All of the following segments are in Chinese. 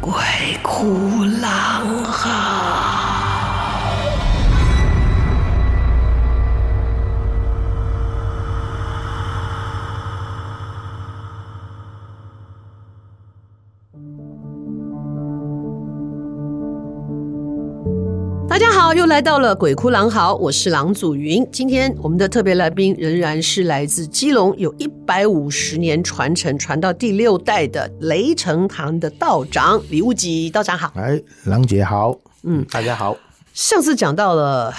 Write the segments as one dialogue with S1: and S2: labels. S1: 鬼哭狼嚎。大家好，又来到了鬼哭狼嚎，我是郎祖云。今天我们的特别来宾仍然是来自基隆，有一百五十年传承，传到第六代的雷城堂的道长李物吉道长好。
S2: 哎，郎姐好，嗯，大家好，
S1: 上次讲到了。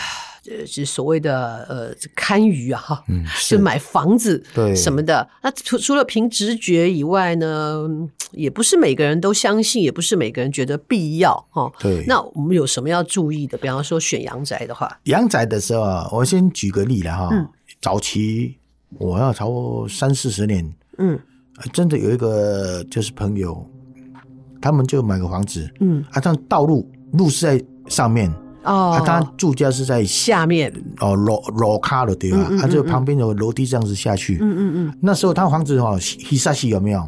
S1: 呃，是所谓的呃堪舆啊，哈，就买房子
S2: 嗯对
S1: 什么的。那除除了凭直觉以外呢，嗯也不是每个人都相信，也不是每个人觉得必要哈。
S2: 对
S1: 那我们有什么要注意的？比方说选阳宅的话，
S2: 阳宅的时候啊，我先举个例了哈。
S1: 嗯
S2: 早期我要超过三四十年，
S1: 嗯
S2: 呃真的有一个就是朋友，他们就买个房子，
S1: 嗯
S2: 啊，但道路路是在上面，
S1: 哦，
S2: 啊，他住家是在下
S1: 下面，
S2: 哦楼楼卡了对吧？
S1: 嗯嗯
S2: 他就旁边有楼梯这样子下去。
S1: 嗯嗯
S2: 那时候他房子哦，西沙西有没有？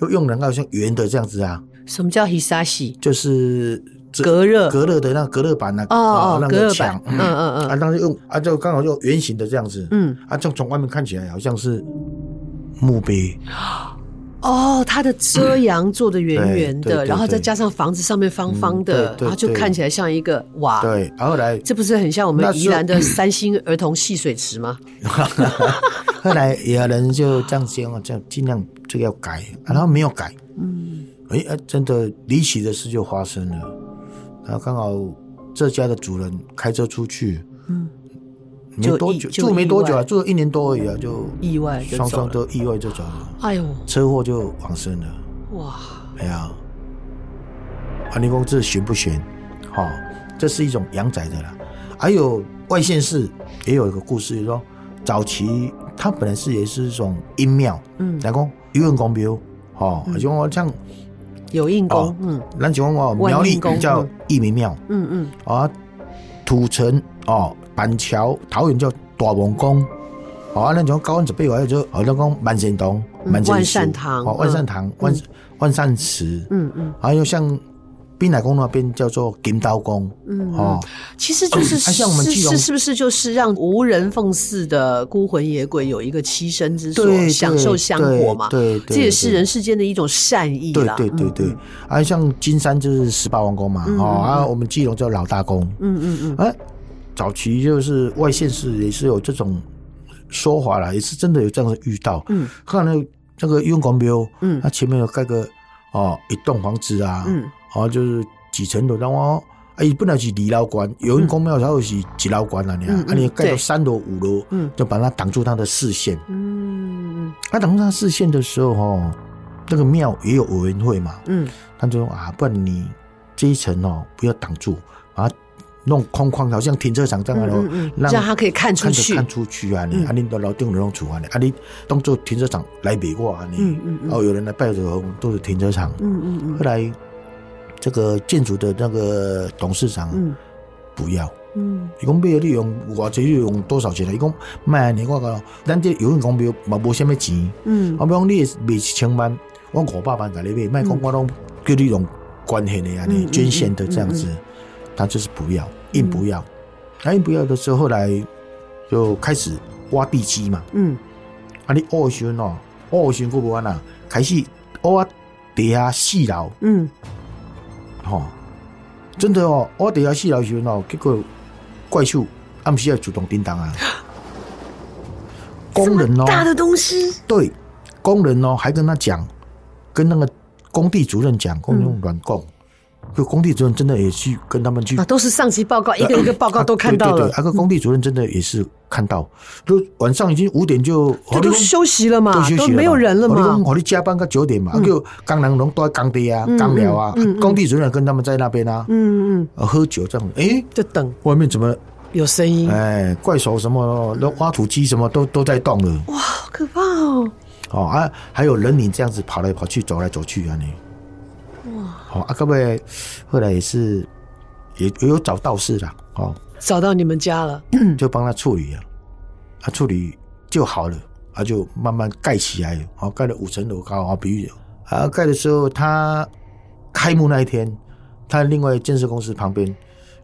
S2: 就用人好像圆的这样子啊，
S1: 嗯，什么叫 hisashi？
S2: 就是
S1: 隔热
S2: 隔热的那个隔热板那个
S1: 哦哦
S2: 那
S1: 隔
S2: 个
S1: 热
S2: 墙
S1: 板，嗯嗯嗯
S2: 啊，当时用啊就刚好用圆形的这样子，
S1: 嗯，
S2: 啊，这样从外面看起来好像是墓碑，
S1: 哦，它的遮阳做的圆圆
S2: 对对
S1: 的，
S2: 对
S1: 然后再加上房子上面方方的
S2: 嗯，对对
S1: 然后就
S2: 对
S1: 看起来像一个哇，
S2: 对，然后来
S1: 这不是很像我
S2: 那
S1: 们
S2: 是
S1: 宜兰的三星儿童戏水池吗？
S2: 后来有人就这样先这样尽量这个要改，啊然后没有改，
S1: 嗯，
S2: 哎、啊真的离奇的事就发生了，然后刚好这家的主人开车出去，
S1: 嗯，
S2: 没
S1: 就
S2: 多
S1: 意
S2: 久
S1: 就
S2: 住没多久
S1: 意外
S2: 啊，住了一年多而已啊，就
S1: 意外就
S2: 双
S1: 走
S2: 双
S1: 了。
S2: 都意外就走了，
S1: 哎呦，
S2: 车祸就往生了。
S1: 哇，
S2: 哎呀，啊，你讲这悬不悬？好、这是一种阳宅的啦。还有外县市也有一个故事，就是说早期它本来是也是一种阴庙，
S1: 嗯，
S2: 来讲舆论公庙，哦，
S1: 嗯
S2: 像我像
S1: 有印功
S2: 哦，
S1: 嗯
S2: 咱讲我苗
S1: 万应
S2: 栗
S1: 宫
S2: 叫义民庙
S1: 嗯嗯，
S2: 啊，土城哦，板桥、桃园叫大王宫。哦，啊，那种高安十八外就好像讲万神堂、
S1: 嗯
S2: 万神
S1: 万
S2: 祠
S1: 善堂
S2: 哦，万
S1: 嗯
S2: 善堂、万万善祠，
S1: 嗯嗯
S2: 还有啊像滨海宫那边叫做金刀宫，
S1: 嗯
S2: 哦，
S1: 其实 就是
S2: 啊像我们
S1: 是
S2: 基隆
S1: 是是不是就是让无人奉祀的孤魂野鬼有一个栖身之所，
S2: 对，
S1: 享受香火嘛？
S2: 对，对
S1: 这也是人。
S2: 对
S1: 世间的一种善意
S2: 对
S1: 啦。
S2: 对对对，还有像金山就是十八王宫嘛，
S1: 嗯
S2: 哦，
S1: 嗯
S2: 啊，我们基隆叫老大宫，
S1: 嗯嗯嗯，
S2: 哎，早期就是外县市也是有这种说法啦，也是真的有这样的遇到。
S1: 嗯，
S2: 看那那个雍光庙，
S1: 嗯
S2: 它前面有盖个哦一栋房子啊，
S1: 嗯，
S2: 哦就是几层楼，然后哎本来是二楼管，有人公庙它有是几楼管啊，你啊
S1: 嗯，
S2: 啊你盖
S1: 对
S2: 到三楼五楼，
S1: 嗯
S2: 就把它挡住它的视线。
S1: 嗯
S2: 啊，挡住它视线的时候，哦，那个庙也有委员会嘛，
S1: 嗯
S2: 他就说啊，不然你这一层哦不要挡住，把它弄空旷，好像停车场这样哦
S1: 嗯，嗯，让他可以看出
S2: 看着
S1: 去。
S2: 看出去啊，
S1: 嗯
S2: 你啊你到楼顶弄出啊，你啊你当做停车场来比过啊，你
S1: 嗯嗯嗯
S2: 哦有人来拜着我们都是停车场。
S1: 嗯嗯嗯
S2: 后来这个建筑的那个董事长
S1: 嗯
S2: 不要，
S1: 嗯
S2: 伊讲要你用偌济，你用多少钱啊？伊讲卖啊，你我讲，咱这有人讲庙嘛无什么钱。
S1: 嗯
S2: 我讲你卖一千万，我五百万给你卖，卖讲我拢叫你用关系的啊，
S1: 嗯
S2: 你
S1: 嗯
S2: 捐献的这样子，他就是不要，硬不要。他硬不要的时候，后来就开始挖地基嘛。
S1: 嗯
S2: 啊，你挖的时候哦，挖的时候佫无安啦，开始挖地下四楼
S1: 嗯，
S2: 吼，真的哦，我底下死老时阵哦，结果怪兽暗时要主动叮当啊，工人哦，
S1: 大的东西，
S2: 对，工人哦还跟他讲，跟那个工地主任
S1: 嗯
S2: 讲，工人用软供，就工地主任真的也去跟他们去
S1: 啊，都是上级报告，一个一个报告都看到
S2: 对对
S1: 了
S2: 对，，啊，个工地主任真的也是看到，就晚上已经五点就，哦
S1: 这都休息了嘛
S2: 都休息，了
S1: 都
S2: 嘛
S1: 没有人了
S2: 我
S1: 嘛
S2: 讲，，哦我你加班到九点嘛，啊就工人拢都在工地啊
S1: 嗯、
S2: 工寮啊
S1: 嗯嗯，嗯
S2: 工地主任跟他们在那边啊，
S1: 嗯嗯，
S2: 呃喝酒这样子。诶，
S1: 就等
S2: 外面怎么
S1: 有声音，
S2: 哎怪手什么、挖土机什么都都在动了
S1: 哇，好可怕哦！
S2: 哦啊，还有人影这样子跑来跑去、走来走去啊你。哇！好啊，各位，后来也是也也有找道士啦，哦，
S1: 找到你们家了，
S2: 就帮他处理啊，啊处理就好了，啊就慢慢盖起来了，好、盖了五层楼高啊，比喻啊盖的时候，他开幕那一天，他另外建设公司旁边，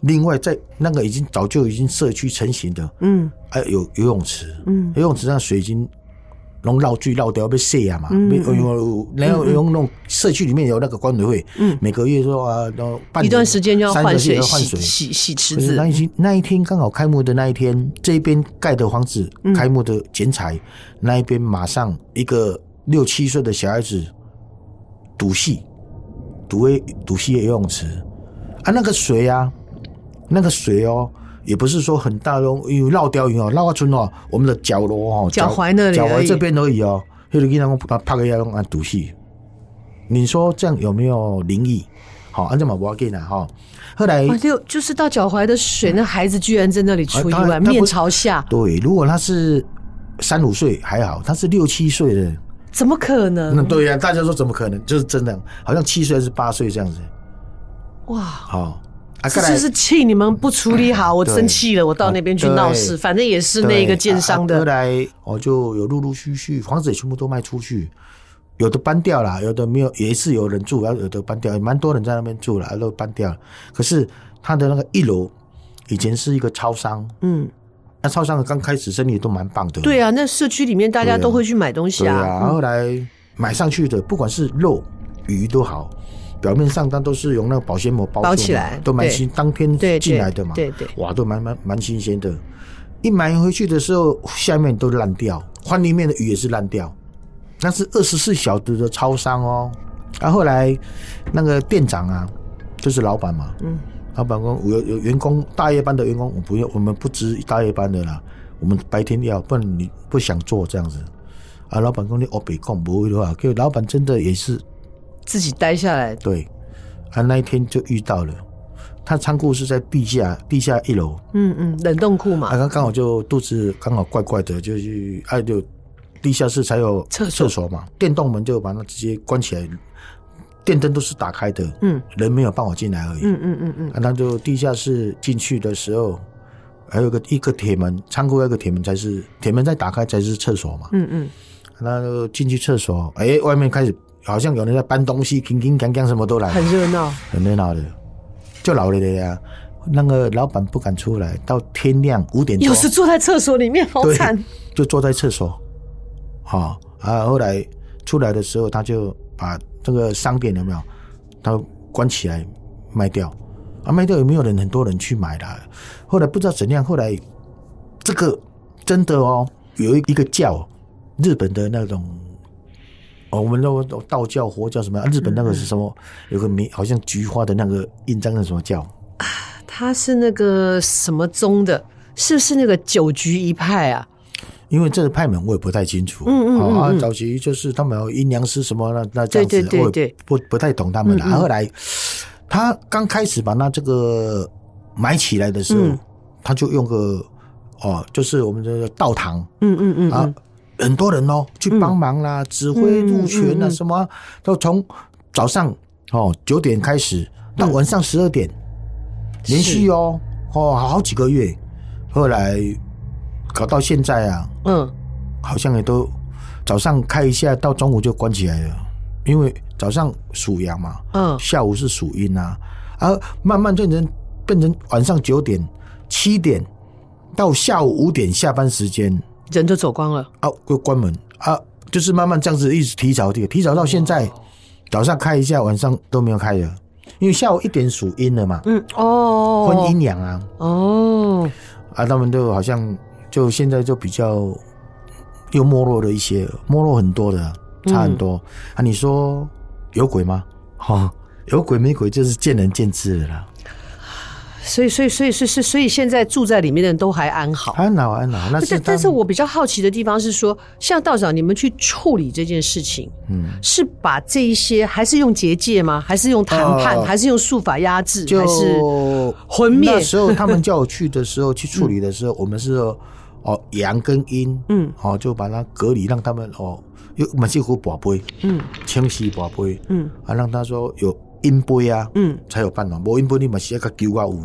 S2: 另外在那个已经早就已经社区成型的，
S1: 嗯
S2: 哎、有游泳池，
S1: 嗯
S2: 游泳池上水已经。拢绕去绕掉被卸啊嘛，
S1: 嗯
S2: 被有有然后用那种社区里面有那个管委会，
S1: 嗯，
S2: 每个月说啊，然后半
S1: 一
S2: 年
S1: 段时间就要
S2: 三个
S1: 换
S2: 月
S1: 水、
S2: 要换
S1: 洗
S2: 水，
S1: 洗洗池
S2: 不是
S1: 子
S2: 那，一天那一天刚好开幕的那一天，这边盖的房子
S1: 嗯
S2: 开幕的剪彩，那一边马上一个六七岁的小孩子赌戏，赌诶赌戏的游泳池啊，那个水啊，那个水哦。也不是说很大哦，因为绕掉以后，绕到村哦，我们的角落哦，
S1: 脚踝那里
S2: 脚
S1: 而
S2: 踝
S1: 已
S2: 这边而已哦。黑人跟他们拍个要用啊赌戏，你说这样有没有灵异？好，按照嘛不要紧啦哈。后来
S1: 哇，六就是到脚踝的水，那孩子居然在那里出意
S2: 啊当
S1: 外，
S2: 然他不
S1: 面朝下，
S2: 对，如果他是三五岁还好，他是六七岁的，
S1: 怎么可
S2: 那
S1: 能？
S2: 对呀、大家说怎么可能？就是真的，好像七岁还是八岁这样子。
S1: 哇！
S2: 好、啊，
S1: 这
S2: 再来
S1: 就是气你们不处理好，我
S2: 对
S1: 生气了，我到那边去
S2: 对
S1: 闹事，反正也是那
S2: 对
S1: 个建商
S2: 啊
S1: 的
S2: 后，来我就有陆陆续续房子也全部都卖出去，有的搬掉了，有的没有，也是有人住，然后有的搬掉，也蛮多人在那边住了，然后都搬掉了。可是他的那个一楼以前是一个超商，
S1: 嗯，
S2: 那超商刚开始生意都蛮棒的，
S1: 对啊，那社区里面大家
S2: 对啊
S1: 都会去买东西
S2: 对啊，
S1: 啊，
S2: 后来买上去的，不管是肉、鱼都好，表面上它都是用那个保鲜膜包住嘛
S1: 包起来
S2: 都蛮新，当天
S1: 对对
S2: 进来的嘛，
S1: 对对
S2: 哇，都蛮蛮蛮新鲜的。一买回去的时候，下面都烂掉，换里面的鱼也是烂掉。那是二十四小时的超商哦。啊，后来那个店长啊，就是老板嘛，
S1: 嗯，
S2: 老板说有有员工大夜班的员工，我不要，我们不值大夜班的啦，我们白天要，不然你不想做这样子。啊，老板说你哦北控不会的话，可老板真的也是
S1: 自己待下来，
S2: 对。啊，那一天就遇到了，他仓库是在地下地下一楼，
S1: 嗯嗯，冷冻库
S2: 啊，
S1: 嘛，
S2: 刚刚好就肚子刚好怪怪的，就去哎、就地下室才有
S1: 厕所
S2: 厕所嘛，电动门就把它直接关起来，电灯都是打开的，
S1: 嗯
S2: 人没有办法进来而已。
S1: 嗯嗯嗯嗯，
S2: 啊，那就地下室进去的时候，还有个一个铁门，仓库有一个铁门才是铁门再打开才是厕所嘛。
S1: 嗯嗯，
S2: 那就进去厕所，哎、外面开始好像有人在搬东西，叮叮当当什么都来，
S1: 很热闹，
S2: 很热闹的，就老了的呀。那个老板不敢出来，到天亮五点
S1: 又
S2: 多
S1: 是坐在厕所里面，好
S2: 对
S1: 惨，
S2: 就坐在厕所，好、啊。后来出来的时候，他就把这个商店有没有，他关起来卖掉，啊，卖掉也没有人，很多人去买啦。后来不知道怎样，后来这个真的哦，有一一个教，日本的那种。哦，我们都道教、佛教什么？啊日本那个是什么？有个名，好像菊花的那个印章，那什么教？
S1: 他是那个什么宗的，是不是那个九局一派啊？
S2: 因为这个派门我也不太清楚，
S1: 嗯嗯
S2: 好啊
S1: 嗯嗯
S2: 早期就是他们有阴阳师什么那那这样子，
S1: 对对对对
S2: 我也不不太懂他们了。
S1: 嗯
S2: 啊
S1: 嗯
S2: 后来他刚开始把那这个埋起来的时候，
S1: 嗯
S2: 他就用个哦，就是我们的道堂
S1: 嗯嗯嗯
S2: 啊
S1: 嗯，，
S2: 很多人哦去帮忙啦，指挥入群
S1: 嗯嗯
S2: 啊
S1: 嗯
S2: 什么啊，都从早上哦九点开始到晚上十二
S1: 嗯
S2: 点，连续哦哦好几个月，后来搞到现在啊。
S1: 嗯，
S2: 好像也都早上开一下，到中午就关起来了，因为早上属阳嘛，
S1: 嗯
S2: 下午是属阴啊，而慢慢变成变成晚上九点、七点到下午五点下班时间
S1: 人就走光了，
S2: 啊，会关门啊，就是慢慢这样子一直提早这个，提早到现在，早上开一下，晚上都没有开了。因为下午一点属阴了嘛，
S1: 嗯，哦，
S2: 分阴阳啊，
S1: 哦，
S2: 啊，他们都好像就现在就比较又没落了一些，没落很多的啊，差
S1: 嗯
S2: 很多、啊。你说有鬼吗？哈、
S1: 哦
S2: 有鬼没鬼就是见仁见智的啦。
S1: 所以所以所以所以所以所以现在住在里面的人都还安好。
S2: 安好安好，那是
S1: 但但
S2: 当
S1: 是我比较好奇的地方是说，像道长，你们去处理这件事情，
S2: 嗯，
S1: 是把这一些还是用结界吗？还是用谈判？
S2: 呃
S1: 还是用术法压制？
S2: 就
S1: 还是魂灭
S2: 那时候他们叫我去的时候去处理的时候，我们是哦阳跟阴，
S1: 嗯，
S2: 哦就把它隔离，让他们哦有满是壶宝贝，
S1: 嗯
S2: 清洗宝贝，
S1: 嗯
S2: 啊让他说有阴杯啊，
S1: 嗯，
S2: 才有办法，无阴杯你嘛是要个九啊五，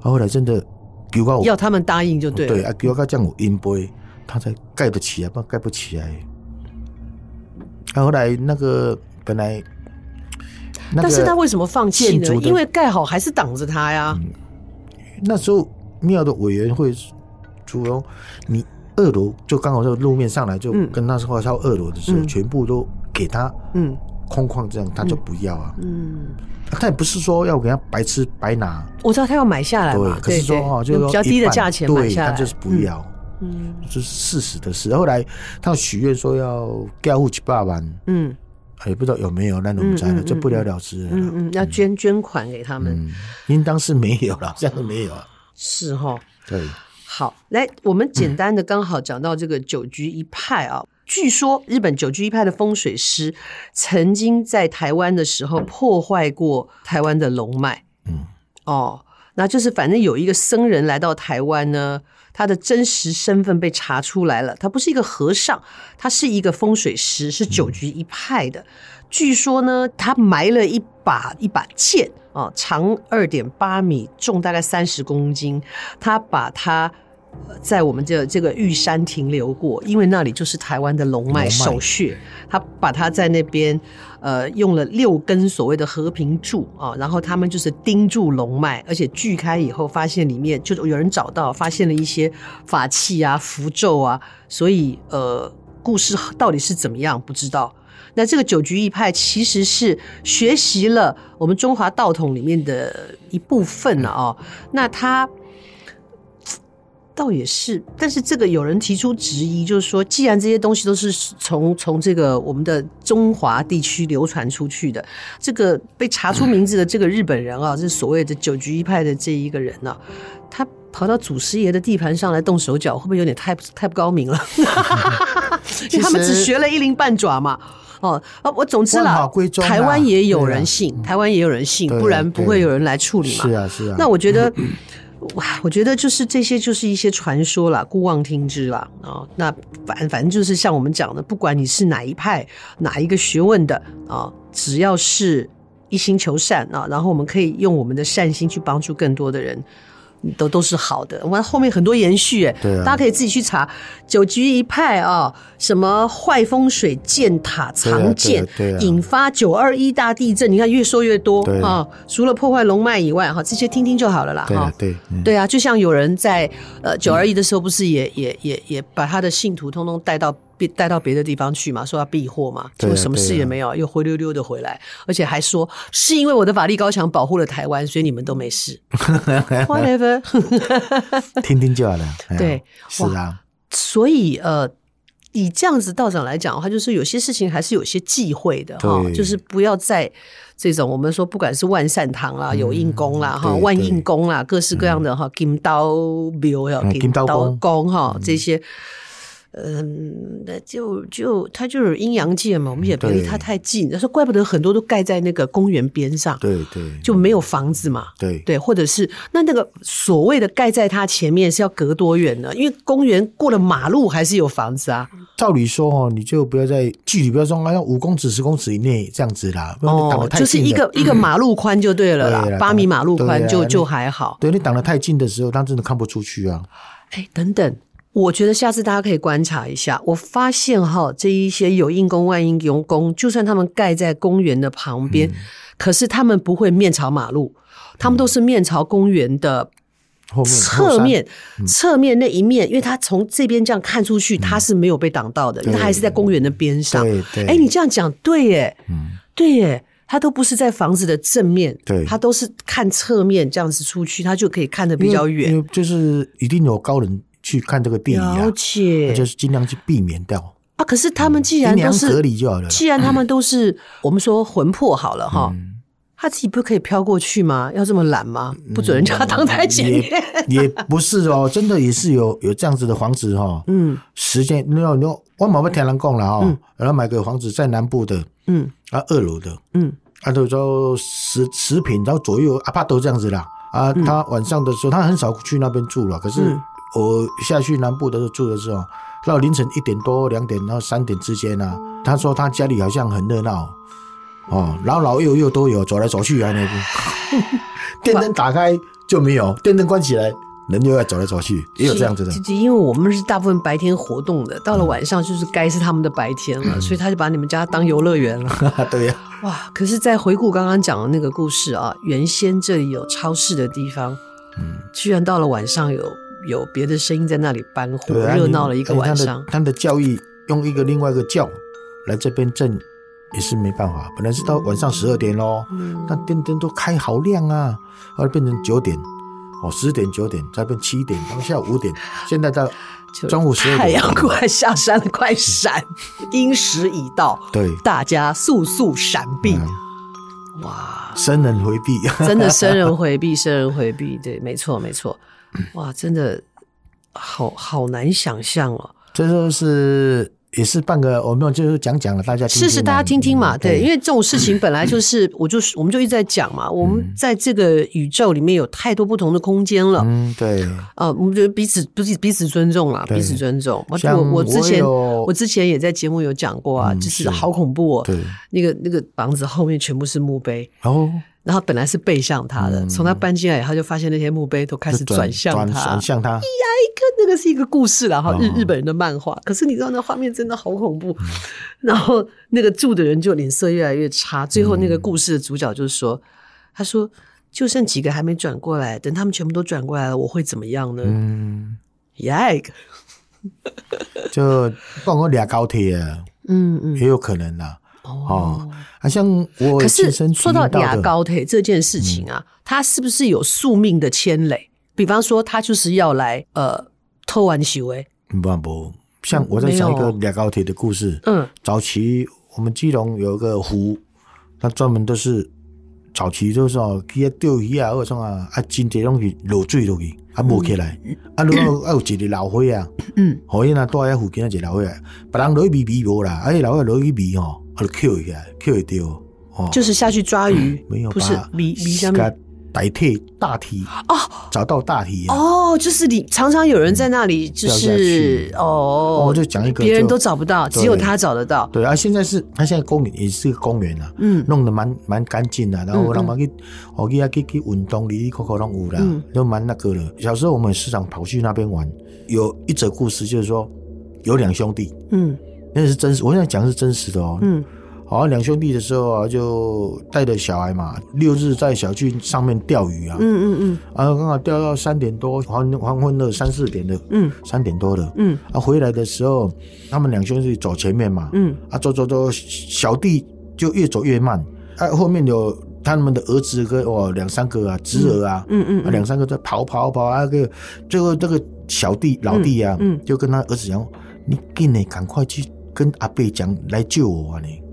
S2: 啊后来真的九啊五，
S1: 要他们答应就对了。
S2: 对啊九啊这样有阴杯，他才盖得起来，不然盖不起来。啊后来那个本来。那个
S1: 但是他为什么放弃
S2: 建
S1: 呢
S2: 筑？的
S1: 因为盖好还是挡着他呀。
S2: 那时候庙的委员会主荣，你二楼就刚好在路面上来，就
S1: 嗯
S2: 跟那时候到二楼的时候，
S1: 嗯
S2: 全部都给他
S1: 嗯
S2: 空旷这样，他就不要啊。
S1: 嗯，
S2: 他也不是说要给他白吃白拿，
S1: 我知道他要买下来嘛，
S2: 可是说哦，就是
S1: 用嗯
S2: 说
S1: 比较低
S2: 一
S1: 的
S2: 半
S1: 价钱买
S2: 对
S1: 下来，
S2: 他就是不要，
S1: 嗯
S2: 就是事实的事。后来他许愿说要盖户七八万，
S1: 嗯
S2: 哎也不知道有没有，那我们在
S1: 嗯
S2: 了，
S1: 嗯
S2: 就不了了之了啦。
S1: 嗯嗯，要捐捐款给他们，
S2: 嗯，应当是没有了，这样都没有
S1: 嗯
S2: 啊。
S1: 是哈。
S2: 对，
S1: 好，来，我们简单的刚好讲到这个九居一派啊。据说日本九居一派的风水师曾经在台湾的时候破坏过台湾的龙脉。
S2: 嗯，
S1: 哦，那就是反正有一个僧人来到台湾呢，他的真实身份被查出来了，他不是一个和尚，他是一个风水师，
S2: 嗯
S1: 是九居一派的。据说呢，他埋了一把一把剑啊、长二点八米，重大概三十公斤。他把它呃在我们这这个玉山停留过，因为那里就是台湾的龙脉
S2: 龙脉
S1: 首穴。他把它在那边呃用了六根所谓的和平柱啊、然后他们就是钉住龙脉，而且锯开以后发现里面就是有人找到发现了一些法器啊、符咒啊，所以呃故事到底是怎么样不知道。那这个九局一派其实是学习了我们中华道统里面的一部分了啊、那他倒也是，但是这个有人提出质疑，就是说，既然这些东西都是从从这个我们的中华地区流传出去的，这个被查出名字的这个日本人啊，这所谓的九局一派的这一个人呢、啊，他跑到祖师爷的地盘上来动手脚，会不会有点太太不高明了？ 因为他们只学了一零半爪嘛。哦，啊，我总之
S2: 万
S1: 啦
S2: 法归，宗啊
S1: 台湾也有
S2: 对啊
S1: 人信，台湾也有人信，
S2: 对
S1: 不然不
S2: 对
S1: 会有人来处理嘛。
S2: 是啊，是啊。
S1: 那我觉得，哇，我觉得就是这些就是一些传说啦，姑妄听之啦啊、哦那反反正就是像我们讲的，不管你是哪一派、哪一个学问的啊、只要是一心求善啊、然后我们可以用我们的善心去帮助更多的人。都都是好的，完后面很多延续，哎
S2: 对啊
S1: 大家可以自己去查九局一派啊、什么坏风水、建塔、
S2: 对
S1: 藏
S2: 啊
S1: 建、
S2: 对啊对啊
S1: 引发九二一大地震，你看越说越多
S2: 对
S1: 啊、除了破坏龙脉以外，哈，这些听听就好了啦，
S2: 对
S1: 哈
S2: 了，。对，嗯
S1: 对啊，就像有人在呃九二一的时候，不是也、也也也把他的信徒通通带到别带到别的地方去嘛，说要避祸嘛，结
S2: 对啊
S1: 果什么事也没有，又灰溜溜的回来，而且还说是因为我的法力高强保护了台湾，所以你们都没事。Whatever，
S2: 听听就好了。哎呀
S1: 对
S2: 是啊，
S1: 所以呃，以这样子道长来讲的话，就是有些事情还是有些忌讳的哈，
S2: 对
S1: 就是不要在这种我们说不管是万善堂啦、有印宫啦、哈、
S2: 嗯对
S1: 万印宫啦，各式各样的哈、金刀庙呀、
S2: 嗯
S1: 金
S2: 金
S1: 刀
S2: 刀宫
S1: 宫哈这些。嗯，那就就它就是阴阳界嘛，我们也别离
S2: 嗯对
S1: 它太近。他说，怪不得很多都盖在那个公园边上，
S2: 对对，
S1: 就没有房子嘛。
S2: 对
S1: 对，或者是那那个所谓的盖在它前面是要隔多远呢？因为公园过了马路还是有房子啊。
S2: 照理说哦，你就不要在距离不要说啊，要五公尺、十公尺以内这样子啦，不然你挡得太
S1: 哦就是
S2: 近了嗯
S1: 一个、一个马路宽就对了
S2: 对
S1: 啦，
S2: 啦
S1: 八米马路宽就、
S2: 对啊
S1: 就还好。
S2: 对你挡得太近的时候，他真的看不出去啊。
S1: 哎，等等。我觉得下次大家可以观察一下。我发现哈，这一些有印宫、万应用宫，就算他们盖在公园的旁边，
S2: 嗯
S1: 可是他们不会面朝马路，他们都是面朝公园的
S2: 后面
S1: 侧面，
S2: 嗯
S1: 侧面那一面，因为它从这边这样看出去，它是没有被挡到的，因为它还是在公园的边上。
S2: 嗯对对
S1: 哎，你这样讲对耶，
S2: 嗯
S1: 对耶，它都不是在房子的正面，
S2: 对
S1: 它都是看侧面这样子出去，它就可以看得比较
S2: 因为因
S1: 远。
S2: 为就是一定有高人去看这个病理啊
S1: 了，解
S2: 那就是尽量去避免掉，
S1: 啊，可是他们既
S2: 阴
S1: 然都
S2: 阳隔
S1: 是，
S2: 离就好了啦。
S1: 既然他们都是我们说魂魄好了哈，
S2: 嗯
S1: 他自己不可以飘过去吗？要这么懒吗？不准人家当太前面。
S2: 嗯也也不是哦，真的也是有有这样子的房子哈、哦。
S1: 嗯
S2: 时间，你要你要我冇要听人讲了哈、哦，
S1: 嗯
S2: 然后买个房子在南部的
S1: 嗯
S2: 啊，二楼的
S1: 嗯
S2: 啊，都都十十平，然后左右阿帕都这样子啦。啊，他晚上的时候他很少去那边住了，可是
S1: 嗯
S2: 我下去南部的时候住的时候，到凌晨一点多、两点，然后三点之间啊，他说他家里好像很热闹。哦，老老幼幼都有，走来走去啊，那个电灯打开就没有，电灯关起来，人又要走来走去，也有这样子的嗯
S1: 就。就因为我们是大部分白天活动的，到了晚上就是该是他们的白天了，所以他就把你们家当游乐园了。
S2: 对呀、
S1: 哇！可是，在回顾刚刚讲的那个故事啊，原先这里有超市的地方，
S2: 嗯，
S1: 居然到了晚上有有别的声音在那里搬货，
S2: 对啊，
S1: 热
S2: 你
S1: 闹了一个
S2: 哎
S1: 晚
S2: 他
S1: 上
S2: 的。他的教育用一个另外一个教来这边挣也是没办法，本来是到晚上十二点咯，
S1: 嗯
S2: 那电灯都开好亮啊，后来变成九点，哦十点九点，再变七点，然后下午五点，现在到
S1: 就
S2: 中午十二点，
S1: 太阳快下山了，快 闪！阴时已到，
S2: 对，
S1: 大家速速闪避。
S2: 嗯
S1: 哇，
S2: 生人回避，
S1: 真的生人回避，生人回避，对，没错，没错。哇，真的好好难想象哦。
S2: 这就是也是半个，我们就是讲讲了，大家听听
S1: 试
S2: 嘛
S1: 试大家听听嘛，
S2: 嗯
S1: 对，因为这种事情本来 就是，我就是我们就一直在讲
S2: 嗯
S1: 嘛，我们在这个宇宙里面有太多不同的空间了，
S2: 嗯对。
S1: 啊，我们觉得彼此不是彼此尊重啦，
S2: 对
S1: 彼此尊重。我
S2: 像
S1: 我我之前
S2: 我有
S1: 我之前也在节目有讲过啊，
S2: 嗯
S1: 就是
S2: 是
S1: 好恐怖哦
S2: 对，
S1: 那个那个房子后面全部是墓碑，
S2: 然后
S1: 然后本来是背向他的，
S2: 嗯
S1: 从他搬进来以后就发现那些墓碑都开始
S2: 就
S1: 转向
S2: 转
S1: 他
S2: 转。向他，
S1: 那个是一个故事啦，哈，日
S2: 哦嗯
S1: 日本人的漫画。可是你知道那画面真的好恐怖，然后那个住的人就脸色越来越差。最后那个故事的主角就说：“
S2: 嗯
S1: 他说就剩几个还没转过来，等他们全部都转过来了，我会怎么样呢？”
S2: 嗯，
S1: 耶，
S2: 就帮我俩高铁啊，
S1: 嗯嗯，
S2: 也有可能啦。哦，啊，像我
S1: 可
S2: 亲
S1: 是
S2: 身
S1: 说
S2: 体
S1: 到
S2: 验
S1: 牙
S2: 的，嗯
S1: 膏腿这件事情啊，它是不是有宿命的牵累？比方说，他就是要来呃偷哎完洗为，
S2: 嗯不不，像我在讲
S1: 嗯
S2: 一
S1: 没
S2: 个
S1: 有
S2: 俩高铁的故事。
S1: 嗯
S2: 早期我们基隆有一个湖，它专门都是早期就是哦，去遐钓鱼啊，或者啥啊，啊，真侪拢是落水落去，啊，无起来，啊，如果啊有一个老伙啊，
S1: 嗯，
S2: 好伊若住遐附近啊，一个老伙啊，别人落去味味无啦，啊，迄老伙落去味吼，啊，就捡起来，捡会着，哦，
S1: 就是下去抓鱼，
S2: 没有
S1: 不是
S2: 把
S1: 迷迷下面
S2: 把代替大体，
S1: 哦
S2: 找到大体啊。
S1: 哦，就是你常常有人在那里，就
S2: 掉下
S1: 是
S2: 去
S1: 哦，
S2: 我就讲一个就，
S1: 别人都找不到，只有
S2: 对
S1: 他找得到，
S2: 对啊，现在是它现在公园也是个公园啊，
S1: 嗯
S2: 弄得蛮蛮干净的，啊然后
S1: 嗯
S2: 让嘛去，我去啊去去运动，里里口口拢有啦
S1: 嗯，
S2: 都蛮那个的。小时候我们时常跑去那边玩，有一则故事就是说，有两兄弟，
S1: 嗯
S2: 那是真实，我现在讲是真实的哦。
S1: 嗯
S2: 好像两兄弟的时候啊，就带着小孩嘛，六日在小区上面钓鱼啊，
S1: 嗯嗯
S2: 啊，刚好钓到三点多，黄黄昏了三四点了，
S1: 嗯
S2: 三点多了。
S1: 嗯
S2: 啊，回来的时候，他们两兄弟走前面嘛，
S1: 嗯
S2: 啊，走走走，小弟就越走越慢，啊，后面有他们的儿子跟哦两三个啊，侄儿啊，
S1: 嗯嗯
S2: 啊，两三个在跑跑跑啊，个最后这个小弟老弟啊，
S1: 嗯嗯
S2: 就跟他儿子讲，你赶紧赶快去跟阿贝讲来救我啊你。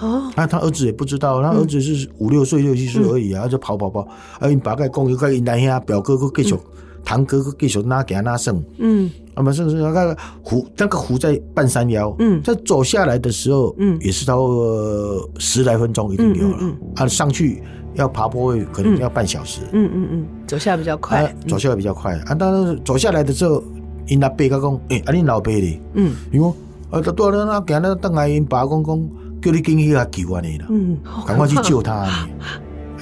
S1: 哦，
S2: 那、他儿子也不知道，他儿子
S1: 嗯
S2: 是五六岁、六七岁而已啊，他就跑跑跑，啊，因爸个讲又个因阿兄表哥佫继续，堂哥佫继续哪行哪算。
S1: 嗯
S2: 啊，不是是那个湖，那个湖在半山腰，
S1: 嗯
S2: 在走下来的时候，
S1: 嗯
S2: 也是到呃十来分钟一定有了，
S1: 嗯嗯
S2: 啊，上去要爬坡位可能要半小时，
S1: 嗯嗯嗯，走下比较快
S2: 啊，，走下来比较快，啊，但是走下来的时候，因阿伯甲讲，诶、啊，恁老伯咧，
S1: 嗯
S2: 伊讲，啊，都到了那行了，等来因爸讲讲，叫你紧去甲救安尼啦，
S1: 嗯，
S2: 赶、快去救他 安尼。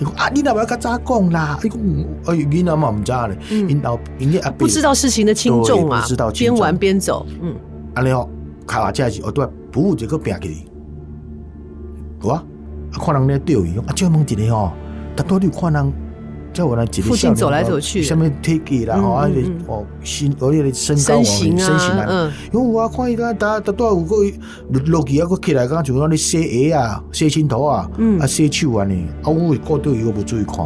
S2: 伊讲啊，你哪要较早讲啦？伊讲，嗯哎，囡仔嘛毋知咧，
S1: 嗯
S2: 因老因阿伯
S1: 不知道事情的轻重啊，
S2: 对不知道轻
S1: 边
S2: 重
S1: 玩边走，嗯，
S2: 安尼哦，卡车是哦对，不有一个拼起，有啊，啊看人咧钓鱼，啊借问一个吼，大多你有看人哦在我那几
S1: 附近走来走去的
S2: 下面 take 啦，吼，
S1: 嗯
S2: 而且
S1: 嗯嗯
S2: 哦身，而且身
S1: 身
S2: 高哦
S1: 形啊
S2: 身形啊
S1: 嗯，
S2: 因为我看伊个打打到有个落去啊，佮起来敢像讲咧洗鞋啊、洗身头啊
S1: 嗯、
S2: 啊洗手安尼，啊我过对伊我无注意看，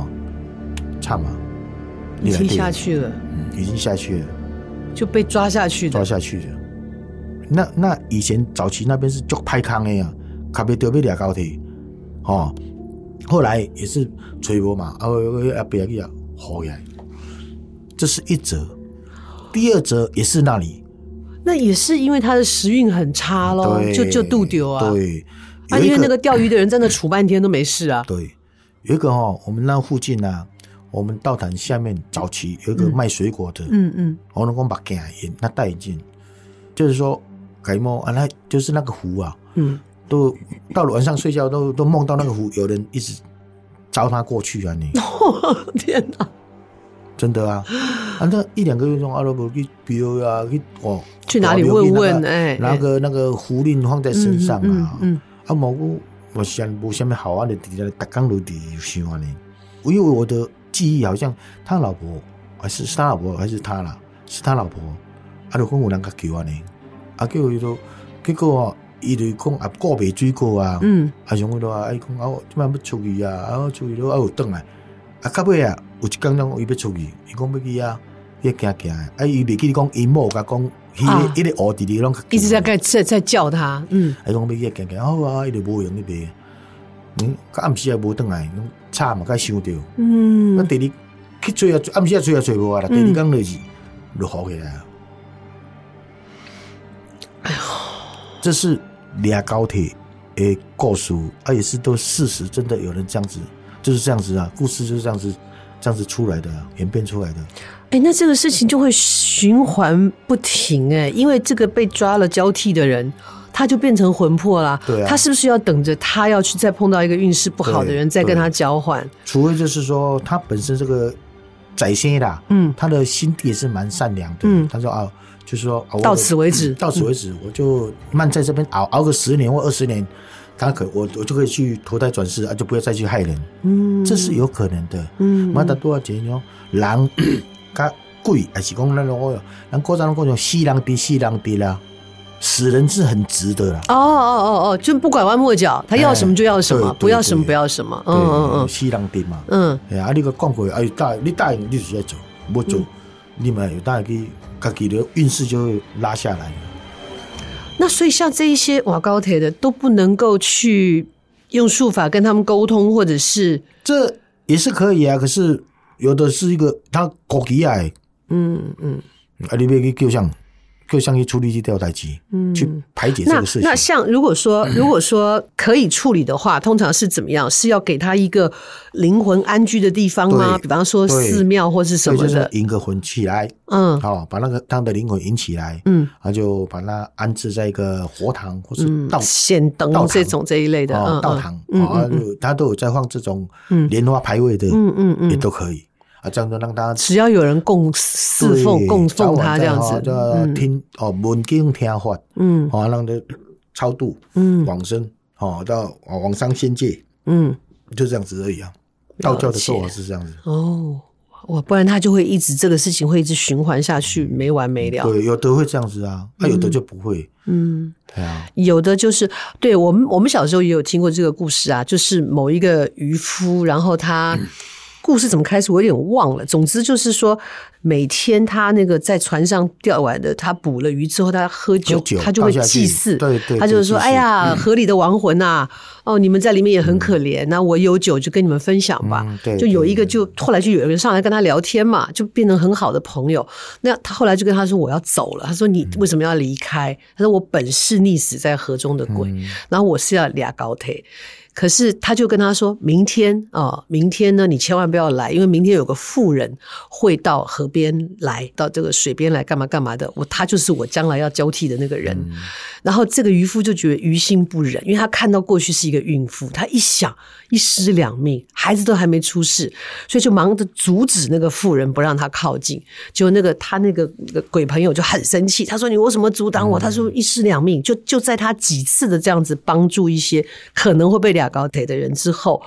S2: 惨啊，
S1: 已经下
S2: 去，
S1: 去了，
S2: 嗯已经下去了，
S1: 就被抓下去
S2: 抓
S1: 的。
S2: 下去了。那那以前早期那边是足歹康的啊呀，卡袂到要掠高铁，哦，后来也是吹波嘛，啊，阿别
S1: 哦
S2: 个好呀，这是一则，第二则也是那里，
S1: 那也是因为他的时运很差喽，
S2: 对，
S1: 就就渡丢啊。
S2: 对，
S1: 啊，
S2: 有一
S1: 因为那个钓鱼的人在那杵半天都没事啊。
S2: 对，有一个哦，我们那附近啊，我们道坛下面早期有一个
S1: 嗯
S2: 卖水果的，
S1: 嗯嗯，
S2: 我能讲把眼镜，那戴眼镜，就是说改摸啊，那就是那个湖啊，
S1: 嗯，
S2: 都到了晚上睡觉都都梦到那个湖，有人一直招他过去啊你，
S1: 天哪，
S2: 真的啊，啊那一两个月中阿拉伯去比如啊去哦，
S1: 去哪里
S2: 大庙
S1: 问
S2: 去那个
S1: 问？哎，
S2: 拿个那个狐狸放在
S1: 哎
S2: 身上啊，
S1: 嗯嗯嗯
S2: 啊蘑菇我想无什么好玩的，底下打钢炉底想安尼，因为我的记忆好像他老婆还是是他老婆还是他啦，是他老婆，啊就讲有人甲叫安尼，啊叫伊都结果哦，伊就讲啊顾袂水果啊。
S1: 嗯，
S2: 啊，上尾都啊，伊讲啊，我即摆要出去啊，啊，我出去了啊，有转来，啊，到尾啊，有一工人伊要出去，伊讲要去啊，伊行行的，啊，伊袂记得讲，伊某甲讲，迄
S1: 啊
S2: 个迄个学弟弟拢较
S1: 一直在在在在叫他，嗯，
S2: 伊讲要去行行，好啊，伊就无用咧袂，嗯，到暗时也无转来，拢吵嘛，甲想着，咱
S1: 嗯，
S2: 第二去追啊，暗时啊追啊追无啊啦，第
S1: 嗯
S2: 二工就是落雨起来啊，
S1: 哎
S2: 这是俩高铁诶故事，啊，也是都事实，真的有人这样子，就是这样子啊，故事就是这样子，这样子出来的、啊，演变出来的。
S1: 哎，那这个事情就会循环不停哎，因为这个被抓了交替的人。他就变成魂魄啦，
S2: 对啊
S1: 他是不是要等着他要去再碰到一个运势不好的人，
S2: 对
S1: 再跟
S2: 对
S1: 他交换？
S2: 除非就是说，他本身这个宰先啦，
S1: 嗯
S2: 他的心地也是蛮善良的。
S1: 嗯
S2: 他说啊，就是说、啊我
S1: 到此为止嗯
S2: 到此为止，我就慢在这边熬熬个十年或二十年，他可我我就可以去投胎转世啊，就不要再去害人，
S1: 嗯，
S2: 这是有可能的。
S1: 嗯，
S2: 马达多少钱讲人 甲鬼，还是讲咱我咱古早拢讲叫死人比死人比啦，死人是很值得啦。
S1: 哦哦哦哦，就不拐弯抹角，他要什么就要什么，
S2: 哎对
S1: 不要什么
S2: 对
S1: 不要什么。嗯嗯
S2: 死人比嘛。
S1: 嗯
S2: 哎啊，你个讲过，哎，答你答应你就是要做，无做，
S1: 嗯
S2: 你嘛有答应去，家己的运势就会拉下来。
S1: 嗯。那所以像这一些瓦高铁的都不能够去用术法跟他们沟通，或者是
S2: 这也是可以啊，可是有的是一个他国旗啊，
S1: 嗯嗯
S2: 啊，你要去叫上，叫上去处理这条代志，
S1: 嗯
S2: 去排解这
S1: 那
S2: 个事情
S1: 那。像如果 说如果说可以处理的话，通常是怎么样？是要给他一个灵魂安居的地方吗？
S2: 对
S1: 比方说
S2: 对
S1: 寺庙或是什
S2: 所以
S1: 么
S2: 就是
S1: 的？
S2: 引个魂起来，
S1: 嗯
S2: 哦，把那个他的灵魂引起来，
S1: 嗯
S2: 然后就把它安置在一个佛堂或是
S1: 嗯
S2: 道，
S1: 显灯
S2: 道堂
S1: 这种这一类的，
S2: 哦
S1: 嗯
S2: 道堂，
S1: 嗯
S2: 哦啊
S1: 嗯
S2: 就他都有在放这种
S1: 嗯
S2: 莲花牌位的，
S1: 嗯嗯嗯
S2: 也
S1: 嗯，
S2: 都可以啊，这样就让大家
S1: 只要有人供侍奉
S2: 对
S1: 供奉他这样
S2: 早晚
S1: 子
S2: 在，哦就听哦文经听法，
S1: 嗯
S2: 哦，让他超度
S1: 嗯
S2: 往生，哦到哦往上仙界，
S1: 嗯。
S2: 就这样子而已啊。道教的做法是这样子，
S1: 哦，哇，不然他就会一直这个事情会一直循环下去，没完没了。
S2: 对，有的会这样子啊，那有的就不会，
S1: 嗯，
S2: 对啊，
S1: 有的就是对我们我们小时候也有听过这个故事啊，就是某一个渔夫，然后他。故事怎么开始我有点忘了，总之就是说，每天他那个在船上钓完的，他捕了鱼之后，他喝酒，
S2: 喝酒
S1: 他就会
S2: 倒下去
S1: 祭祀，
S2: 对对
S1: 他就是说，
S2: 对祭祀嗯
S1: 哎呀，河里的亡魂呐、哦，你们在里面也很可怜，那我有酒就跟你们分享吧，
S2: 嗯对
S1: 就有
S2: 对
S1: 一个
S2: 对
S1: 就后来就有人上来跟他聊天嘛，就变成很好的朋友。那他后来就跟他说我要走了，他说
S2: 嗯
S1: 你为什么要离开？他说我本是溺死在河中的鬼，
S2: 嗯
S1: 然后我是要俩高铁。可是他就跟他说，明天啊、哦明天呢，你千万不要来，因为明天有个妇人会到河边来，到这个水边来干嘛干嘛的。我他就是我将来要交替的那个人。然后这个渔夫就觉得于心不忍，因为他看到过去是一个孕妇，他一想一尸两命，孩子都还没出世，所以就忙着阻止那个妇人不让他靠近。结果那个他那个那个鬼朋友就很生气，他说：“你为什么阻挡我？”他说：“一尸两命。就”就在他几次的这样子帮助一些可能会被掠亚高铁的人之后，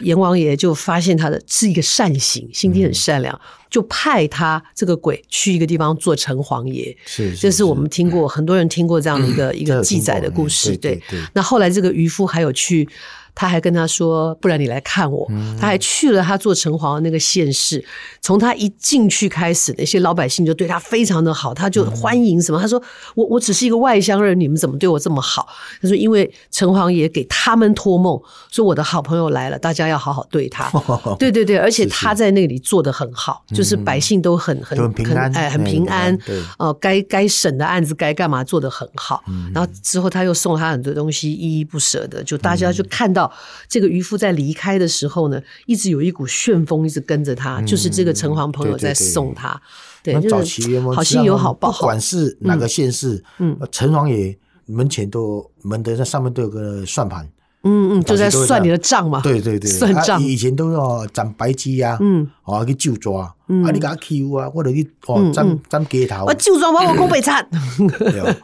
S1: 阎王爷就发现他的是一个善行，心地很善良，就派他这个鬼去一个地方做城隍爷。
S2: 是，嗯
S1: 这是我们听 过很多人听过这样的一个一
S2: 这
S1: 个
S2: 有
S1: 记
S2: 听
S1: 载
S2: 过
S1: 的故事，
S2: 嗯对对对
S1: 那后来这个渔夫还有去，他还跟他说：“不然你来看我。
S2: 嗯
S1: 他还去了他做城隍的那个县市，从他一进去开始，那些老百姓就对他非常的好，他就欢迎
S2: 嗯
S1: 什么？他说：“我我只是一个外乡人，你们怎么对我这么好？”他说：“因为城隍爷给他们托梦，说我的好朋友来了，大家要好好对 他。”
S2: 哦
S1: 对对对，而且他在那里做得很好，就是百姓都很很
S2: 嗯都很平安
S1: 哎，很
S2: 哎
S1: 平
S2: 平安
S1: 安。
S2: 对
S1: 呃，该该审的案子该干嘛做得很好，
S2: 嗯
S1: 然后之后他又送他很多东西，依依不舍的，就大
S2: 嗯
S1: 家就看到这个渔夫在离开的时候呢，一直有一股旋风一直跟着他，就是这个城隍朋友
S2: 嗯对
S1: 在
S2: 对对
S1: 送他，对，
S2: 那
S1: 就
S2: 早
S1: 是
S2: 期我们
S1: 好
S2: 知道
S1: 心有
S2: 我们
S1: 好报，
S2: 不管是哪个县市，
S1: 嗯
S2: 嗯，城隍爷门前都门的那上面都有个算盘，
S1: 嗯嗯，就
S2: 早期
S1: 在
S2: 都会
S1: 算
S2: 这
S1: 你的
S2: 样
S1: 账嘛，
S2: 对对对，
S1: 算
S2: 啊
S1: 账
S2: 以前都要斩白鸡呀，
S1: 嗯，
S2: 哦去救抓，
S1: 嗯
S2: 啊你给他欺负啊，我就去
S1: 嗯
S2: 哦
S1: 嗯
S2: 斩斩街头
S1: 我，就算把我公北 惨，
S2: 对哦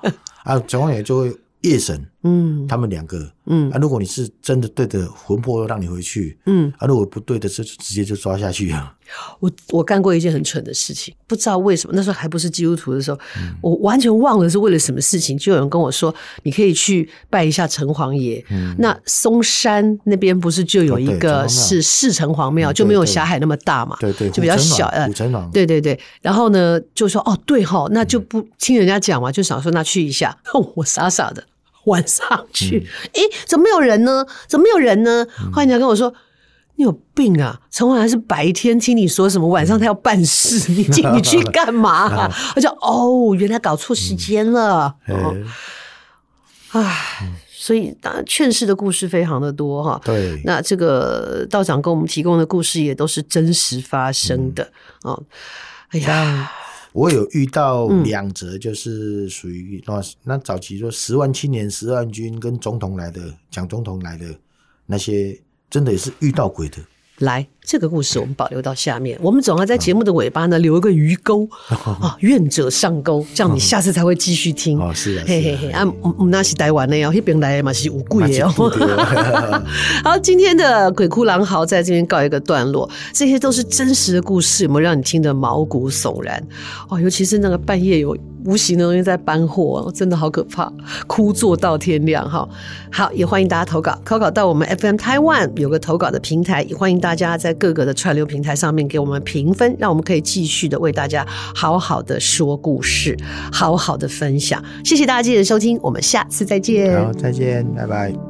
S2: 啊城隍爷就会夜审
S1: 嗯
S2: 他们两个，
S1: 嗯
S2: 啊如果你是真的对的魂魄让你回去，
S1: 嗯，
S2: 啊如果不对的就直接就抓下去啊，
S1: 我我干过一件很蠢的事情，不知道为什么那时候还不是基督徒的时候，我完全忘了是为了什么事情，就有人跟我说，你可以去拜一下城隍爷。那嵩山那边不是就有一
S2: 嗯哦对城隍
S1: 个
S2: 庙
S1: 是是城隍庙，
S2: 嗯
S1: 就没有
S2: 对对
S1: 霞海那么大嘛，
S2: 对对，
S1: 就比较
S2: 古城啊
S1: 小
S2: 隍
S1: 呃
S2: 古城隍，
S1: 对对对，然后呢，就说哦，对哈、那就不听人家讲嘛，就想说那去一下。 我傻傻的晚上去，诶，怎么没有人呢？怎么没有人呢？后来人家跟我说。你有病啊！陈婉还是白天听你说什么，晚上他要办事，你进你去干嘛、我就哦，原来搞错时间了。哦
S2: 哎
S1: 唉，所以当然劝世的故事非常的多哈。
S2: 对，
S1: 那这个道长给我们提供的故事也都是真实发生的、哦。哎呀，
S2: 我有遇到两则，就是属于那那早期说十万青年、十万军跟总统来的，蒋总统来的那些，真的也是遇到鬼的。
S1: 来，这个故事我们保留到下面，我们总要在节目的尾巴呢留一个鱼钩啊，愿者上钩，这样你下次才会继续听。
S2: 嗯哦，是啊，
S1: 嘿嘿
S2: 是
S1: 嘿，
S2: 啊
S1: 啊，我们那是台湾的哦，那边来的嘛是有鬼的
S2: 那是不
S1: 哦。
S2: 得
S1: 好，今天的鬼哭狼嚎在这边告一个段落，这些都是真实的故事，有没有让你听得毛骨悚然？哦，尤其是那个半夜有无形的东西在搬货，哦真的好可怕，哭坐到天亮哈。好，也欢迎大家投稿，投稿到我们 FM Taiwan 有个投稿的平台，也欢迎大家在各个的串流平台上面给我们评分，让我们可以继续的为大家好好的说故事，好好的分享。谢谢大家今天的收听，我们下次再见。
S2: 好，再见，拜拜。